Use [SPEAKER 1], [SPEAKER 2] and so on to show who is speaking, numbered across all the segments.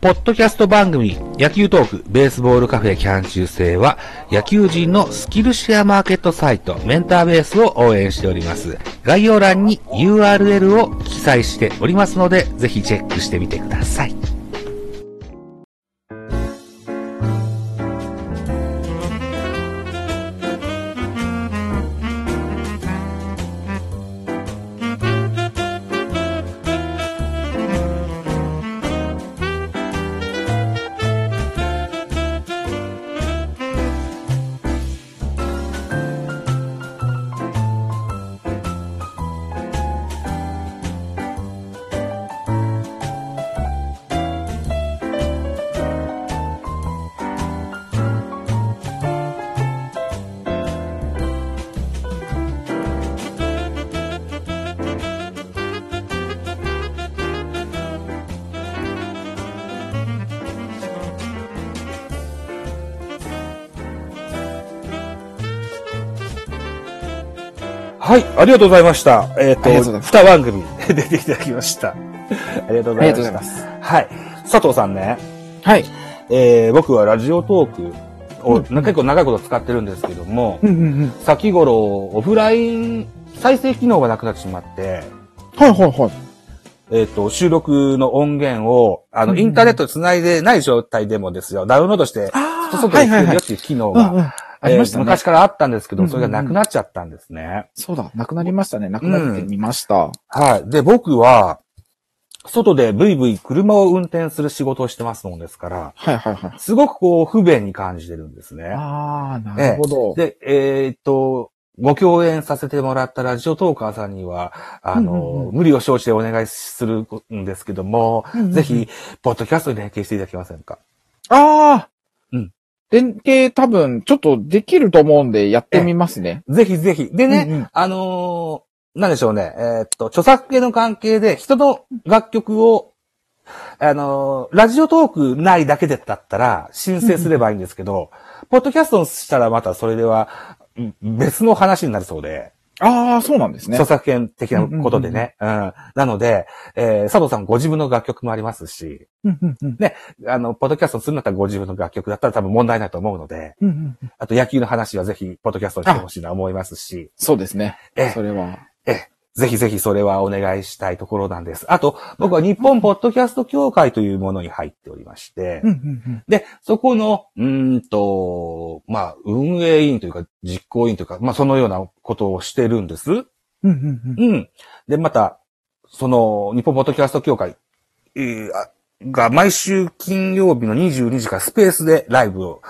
[SPEAKER 1] ポッドキャスト番組、野球トーク、ベースボールカフェキャン中制は、野球人のスキルシェアマーケットサイト、メンターベースを応援しております。概要欄に URL を記載しておりますので、ぜひチェックしてみてください。はい、ありがとうございました。えっ、
[SPEAKER 2] ありがとうござい
[SPEAKER 1] と、
[SPEAKER 2] ます
[SPEAKER 1] 二番 組出ていただきました。ありがとうござ
[SPEAKER 2] あり
[SPEAKER 1] い
[SPEAKER 2] がと
[SPEAKER 1] ま
[SPEAKER 2] うござ
[SPEAKER 1] し
[SPEAKER 2] い
[SPEAKER 1] た
[SPEAKER 2] ま。す。
[SPEAKER 1] はい。佐藤さんね、
[SPEAKER 2] はい。
[SPEAKER 1] えー、僕はラジオトークを、
[SPEAKER 2] うん
[SPEAKER 1] な結構長いこと使ってるんですけども、
[SPEAKER 2] うんうんうん。
[SPEAKER 1] 先頃、オフライン再生機能がなくなってしまって、
[SPEAKER 2] はいはいはい。
[SPEAKER 1] えっ、と、収録の音源を、あの、
[SPEAKER 2] うん
[SPEAKER 1] インターネットに繋いでない状態でもですよ、ダウンロードして、
[SPEAKER 2] あ
[SPEAKER 1] 外で聞けるよっていう機能
[SPEAKER 2] うんう
[SPEAKER 1] が、
[SPEAKER 2] ん。ありました
[SPEAKER 1] えー
[SPEAKER 2] ね。
[SPEAKER 1] 昔からあったんですけ
[SPEAKER 2] う
[SPEAKER 1] ど、
[SPEAKER 2] んうん
[SPEAKER 1] そ
[SPEAKER 2] うん
[SPEAKER 1] れがなくなっちゃったんですね。
[SPEAKER 2] そうだ、なくなりましたね。なくなってみました。
[SPEAKER 1] はい。で、僕は、外でブイブイ車を運転する仕事をしてますもんですから、
[SPEAKER 2] はいはいはい。
[SPEAKER 1] すごくこう、不便に感じてるんですね。
[SPEAKER 2] ああ、なるほど。
[SPEAKER 1] で、えーっと、ご共演させてもらったラジオトーカーさんには、あの、
[SPEAKER 2] うんうんうん
[SPEAKER 1] 無理を承知でお願いするんですけども、
[SPEAKER 2] うんうん
[SPEAKER 1] ぜひ、ポッドキャストに連携していただけませんか
[SPEAKER 2] ああ。
[SPEAKER 1] うん。
[SPEAKER 2] 連携多分、ちょっとできると思うんで、やってみますね。
[SPEAKER 1] ぜひぜひ。でね、
[SPEAKER 2] うんうん
[SPEAKER 1] あのーなんでしょうね、えーっと、著作権の関係で人の楽曲を、あのーラジオトークないだけでだったら申請すればいいんですけど、ポッドキャストにしたらまたそれではうん別の話になるそうで。
[SPEAKER 2] ああ、そうなんですね
[SPEAKER 1] 著。作権的なことでね。うんなので、えー佐藤さんご自分の楽曲もありますし、
[SPEAKER 2] うんうんうん
[SPEAKER 1] あの、ポッドキャストするんだったらご自分の楽曲だったら多分問題ないと思うので、
[SPEAKER 2] うんうんうん
[SPEAKER 1] あと野球の話はぜひ、ポッドキャストにしてほしいな思いますし、
[SPEAKER 2] そうですね。
[SPEAKER 1] え
[SPEAKER 2] それは。
[SPEAKER 1] ぜひぜひそれはお願いしたいところなんです。あと、僕は日本ポッドキャスト協会というものに入っておりまして、
[SPEAKER 2] うんうんうん
[SPEAKER 1] で、そこの、うーんと、まあ、運営委員というか、実行委員というか、まあ、そのようなことをしてるんです。
[SPEAKER 2] うんうんうん
[SPEAKER 1] うん。で、また、その、日本ポッドキャスト協会、えーあが毎週金曜日の22時からスペースでライブを、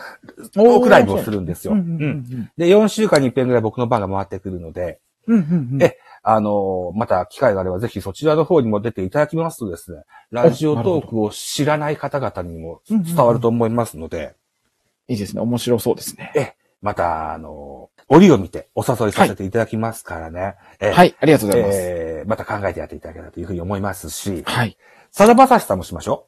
[SPEAKER 1] トークライブをするんですよ。
[SPEAKER 2] う
[SPEAKER 1] うん
[SPEAKER 2] うん
[SPEAKER 1] ん。で、4週間に一遍ぐらい僕の番が回ってくるので、
[SPEAKER 2] うんうんうん
[SPEAKER 1] えあのーまた機会があればぜひそちらの方にも出ていただきますとですね、ラジオトークを知らない方々にも
[SPEAKER 2] うんうん
[SPEAKER 1] 伝わると思いますので、
[SPEAKER 2] いいですね。面白そうですね。
[SPEAKER 1] また、あのー折を見てお誘いさせていただきますからね。え
[SPEAKER 2] はい、ありがとうございます。
[SPEAKER 1] えーまた考えてやっていただけたらというふうに思いますし、
[SPEAKER 2] はい。
[SPEAKER 1] さだまさしさんもしましょ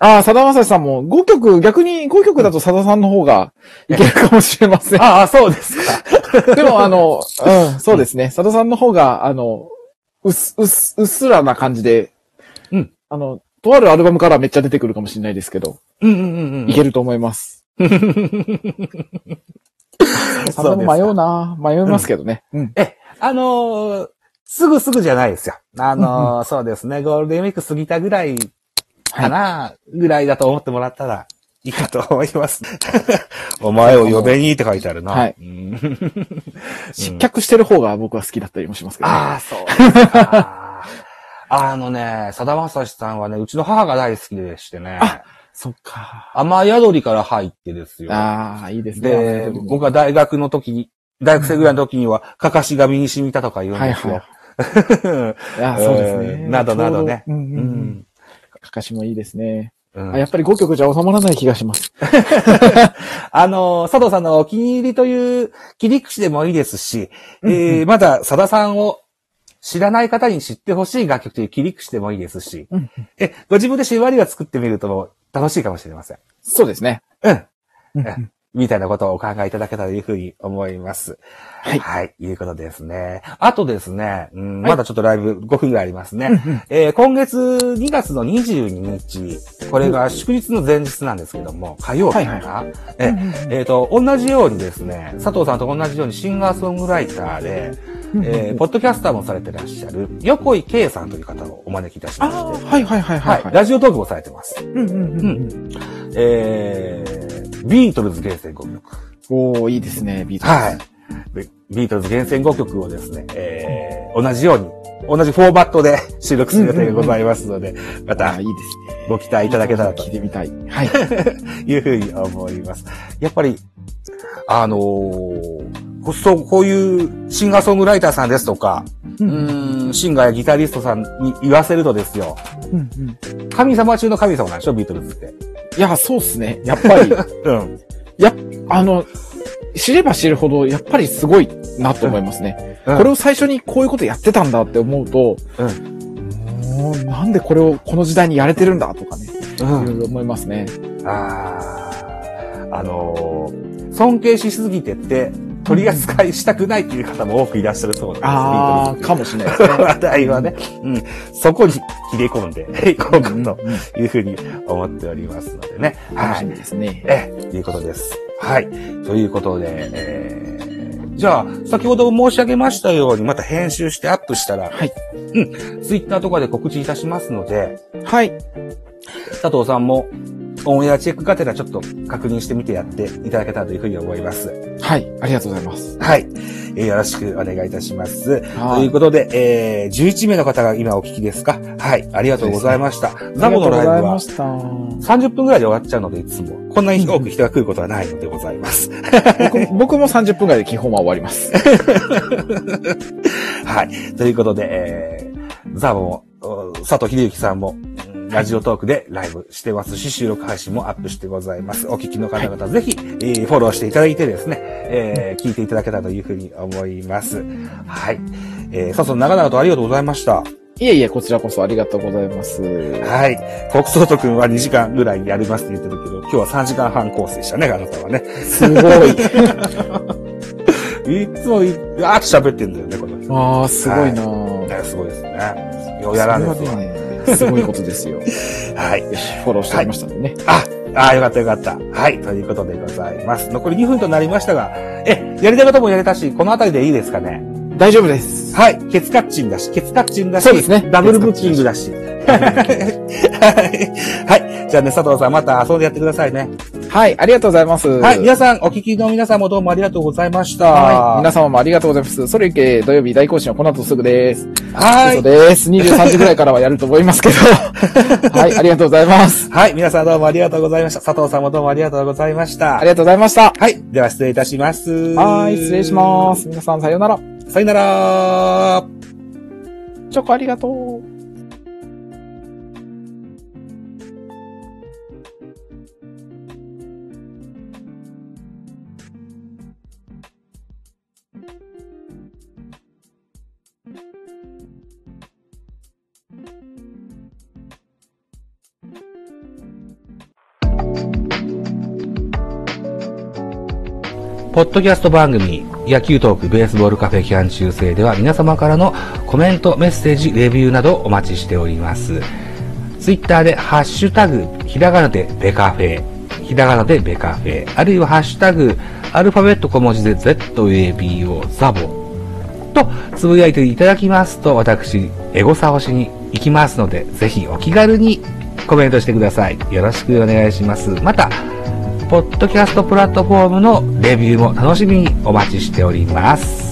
[SPEAKER 2] ああ、さだまさしさんも5曲、逆に5曲だとさださんの方がいけるかもしれませ
[SPEAKER 1] う。
[SPEAKER 2] ん。
[SPEAKER 1] ああ、そうですか。
[SPEAKER 2] でもあの、うん、そうですね。さださんの方が、あの、うっす、うっす、うっすらな感じで、
[SPEAKER 1] うん。
[SPEAKER 2] あの、とあるアルバムからめっちゃ出てくるかもしれないですけど、
[SPEAKER 1] うんうんうんうん。
[SPEAKER 2] いけると思 います。さだも迷うな迷いますけどね。うん。
[SPEAKER 1] あのーすぐすぐじゃないですよ。あのーそうですね、ゴールデンウィーク過ぎたぐらいかな、ぐらいだと思ってもらったらいいかと思います。お前を呼べにって書いてあるな。
[SPEAKER 2] はい
[SPEAKER 1] うん
[SPEAKER 2] 失脚してる方が僕は好きだったりもしますけどね。
[SPEAKER 1] ああ、そうですか。あのね、さだまさしさんはね、うちの母が大好きでしてね、
[SPEAKER 2] あそっか。
[SPEAKER 1] 雨宿りから入ってですよ。
[SPEAKER 2] ああ、いいですね。
[SPEAKER 1] で、
[SPEAKER 2] 僕
[SPEAKER 1] 僕は大学の時に、大学生ぐらいの時には、かかしが身に染みたとか言うん
[SPEAKER 2] はい
[SPEAKER 1] です
[SPEAKER 2] はい。
[SPEAKER 1] よ。
[SPEAKER 2] いや、そうですね。
[SPEAKER 1] うんなどなどね
[SPEAKER 2] ちょうどうん
[SPEAKER 1] う
[SPEAKER 2] うんうん
[SPEAKER 1] ん
[SPEAKER 2] かかしもいいですね。
[SPEAKER 1] うん
[SPEAKER 2] あやっぱり5曲じゃ収まらない気がします。
[SPEAKER 1] あの、佐藤さんのお気に入りという切り口でもいいですし、えーまだ佐田さんを知らない方に知ってほしい楽曲という切り口でもいいですし
[SPEAKER 2] うん、
[SPEAKER 1] え、ご自分で縛りを作ってみると楽しいかもしれません。
[SPEAKER 2] そうですね。
[SPEAKER 1] うん。
[SPEAKER 2] うん
[SPEAKER 1] えみたいなことをお考えいただけたらというふうに思います。
[SPEAKER 2] はい
[SPEAKER 1] はい、いうことですね。あとですね、うん
[SPEAKER 2] はい
[SPEAKER 1] まだちょっとライブ5分ぐらいありますね。
[SPEAKER 2] うん
[SPEAKER 1] えー今月2月の22日、これが祝日の前日なんですけども、火曜日かな、え
[SPEAKER 2] うんうん
[SPEAKER 1] えーと、同じようにですね、佐藤さんと同じようにシンガーソングライターで、
[SPEAKER 2] うん
[SPEAKER 1] えーポッドキャスターもされてらっしゃる、横井圭さんという方をお招きいたしま
[SPEAKER 2] あ
[SPEAKER 1] し
[SPEAKER 2] ー
[SPEAKER 1] て、
[SPEAKER 2] はいはいはいはい
[SPEAKER 1] はい、
[SPEAKER 2] はい。
[SPEAKER 1] ラジオトークもされてます。
[SPEAKER 2] うんうんうんうん。
[SPEAKER 1] えー、ビートルズ原選5曲。
[SPEAKER 2] おー、いいですね、ビートルズ。
[SPEAKER 1] はい。でビートルズ厳選5曲をですね、えー、同じように、同じフォーマットで 収録する予定がございますので、ま
[SPEAKER 2] あ
[SPEAKER 1] た
[SPEAKER 2] ーいいですね。
[SPEAKER 1] ご期待いただけたらと
[SPEAKER 2] 聞いてみたい。はい。
[SPEAKER 1] いうふうに思います。やっぱり、あのーこそう、こういうシンガーソングライターさんですとか、
[SPEAKER 2] う
[SPEAKER 1] うんーん、シンガーやギタリストさんに言わせるとですよ、
[SPEAKER 2] うんうん
[SPEAKER 1] 神様中の神様なんでしょ、ビートルズって。
[SPEAKER 2] いや、そうっすね。やっぱ り、
[SPEAKER 1] うん。
[SPEAKER 2] あの、知れば知るほど、やっぱりすごいなと思いますね。これを最初にこういうことやってたんだって思うと、
[SPEAKER 1] う
[SPEAKER 2] もうなんでこれをこの時代にやれてるんだとかね、
[SPEAKER 1] うん
[SPEAKER 2] いろいろ思いますね。
[SPEAKER 1] あーあのー尊敬しすぎてって、取り扱いしたくないっていう方も多くいらっしゃるそうなん
[SPEAKER 2] ああ、
[SPEAKER 1] です、ビートルズ
[SPEAKER 2] かもしれないですね。
[SPEAKER 1] の話題はね、うん、そこに切れ込んでいこうかと
[SPEAKER 2] うんうん
[SPEAKER 1] いうふうに思っておりますのでね。
[SPEAKER 2] 楽
[SPEAKER 1] は
[SPEAKER 2] し
[SPEAKER 1] い。
[SPEAKER 2] みですね。
[SPEAKER 1] ええ、ということです。はい。ということで、えーじゃあ、先ほど申し上げましたように、また編集してアップしたら、
[SPEAKER 2] はい。
[SPEAKER 1] うん、ツイッターとかで告知いたしますので、
[SPEAKER 2] はい。
[SPEAKER 1] 佐藤さんもオンエアチェックがてらちょっと確認してみてやっていただけたらというふうに思います。
[SPEAKER 2] はい。ありがとうございます。
[SPEAKER 1] はい。えーよろしくお願いいたします。と
[SPEAKER 2] は
[SPEAKER 1] いう
[SPEAKER 2] い。
[SPEAKER 1] ことで、えー、11名の方が今お聞きですかはい。ありがとうございました。ザボのライブ
[SPEAKER 2] ありがとうござい
[SPEAKER 1] は
[SPEAKER 2] ました。
[SPEAKER 1] 30分ぐらいで終わっちゃうので、いつも。こんなに多く人が来ることはないのでございます。
[SPEAKER 2] 僕 も僕も30分ぐらいで基本は終わります。
[SPEAKER 1] はい。ということで、えー、ザボも、お佐藤秀之さんも、うんラジオトークでライブしてますし、収録配信もアップしてございます。お聞きの方々、ぜひ、えーフォローしていただいてですね、えー聞いていただけたらというふうに思います。はい。えー、佐藤さん長々とありがとうございました。
[SPEAKER 2] いえいえ、こちらこそありがとうございます。
[SPEAKER 1] はい。国総斗くんは2時間ぐらいやりますって言ってるけど、今日は3時間半コースでしたね、あなたはね。
[SPEAKER 2] すごい。
[SPEAKER 1] いつもい、あーっと喋ってんだよね、この人。
[SPEAKER 2] ああ、すごいな
[SPEAKER 1] ねすごいですね。ようやらんです
[SPEAKER 2] それ
[SPEAKER 1] わ
[SPEAKER 2] は。ねすごいことです よ。よし、
[SPEAKER 1] はい。
[SPEAKER 2] フォローしておりましたんでね。
[SPEAKER 1] あ、あーよかったよかった。はい、ということでございます。残り2分となりましたが、え、やりたいこともやれたし、この辺りでいいですかね。
[SPEAKER 2] 大丈夫です。
[SPEAKER 1] はい、ケツカッチンだし、ケツカッチンだし、
[SPEAKER 2] そうですね
[SPEAKER 1] ダブルブッキングだし。はい、はいじゃあね、佐藤さんまた遊んでやってくださいね。
[SPEAKER 2] はい、ありがとうございます。
[SPEAKER 1] はい、皆さん、お聞きの皆さんもどうもありがとうございました。
[SPEAKER 2] はい皆
[SPEAKER 1] さ
[SPEAKER 2] 様もありがとうございます。それいけ、土曜日大更新はこの後すぐです。
[SPEAKER 1] ん。は
[SPEAKER 2] 嘘
[SPEAKER 1] い。
[SPEAKER 2] です。23時ぐらいからはやると思い ますけど。はい、ありがとうございます。
[SPEAKER 1] はい、皆さんどうもありがとうございました。佐藤さんもどうもありがとうございました
[SPEAKER 2] あり。がとうございました。
[SPEAKER 1] はい、では失礼いたします。
[SPEAKER 2] はい、失礼しま。す。皆さんさようなら。
[SPEAKER 1] さよなら。
[SPEAKER 2] チョコありがとう。
[SPEAKER 1] ポッドキャスト番組、野球トークベースボールカフェ期間中制では皆様からのコメント、メッセージ、レビューなどお待ちしております。ツイッターで、ハッシュタグ、ひらがなでベカフェ、ひらがなでベカフェ、あるいはハッシュタグ、アルファベット小文字で ZABO ザボとつぶやいていただきますと、私、エゴサをしに行きますので、ぜひお気軽にコメントしてください。よろしくお願いします。また、ポッドキャストプラットフォームのレビューも楽しみにお待ちしております。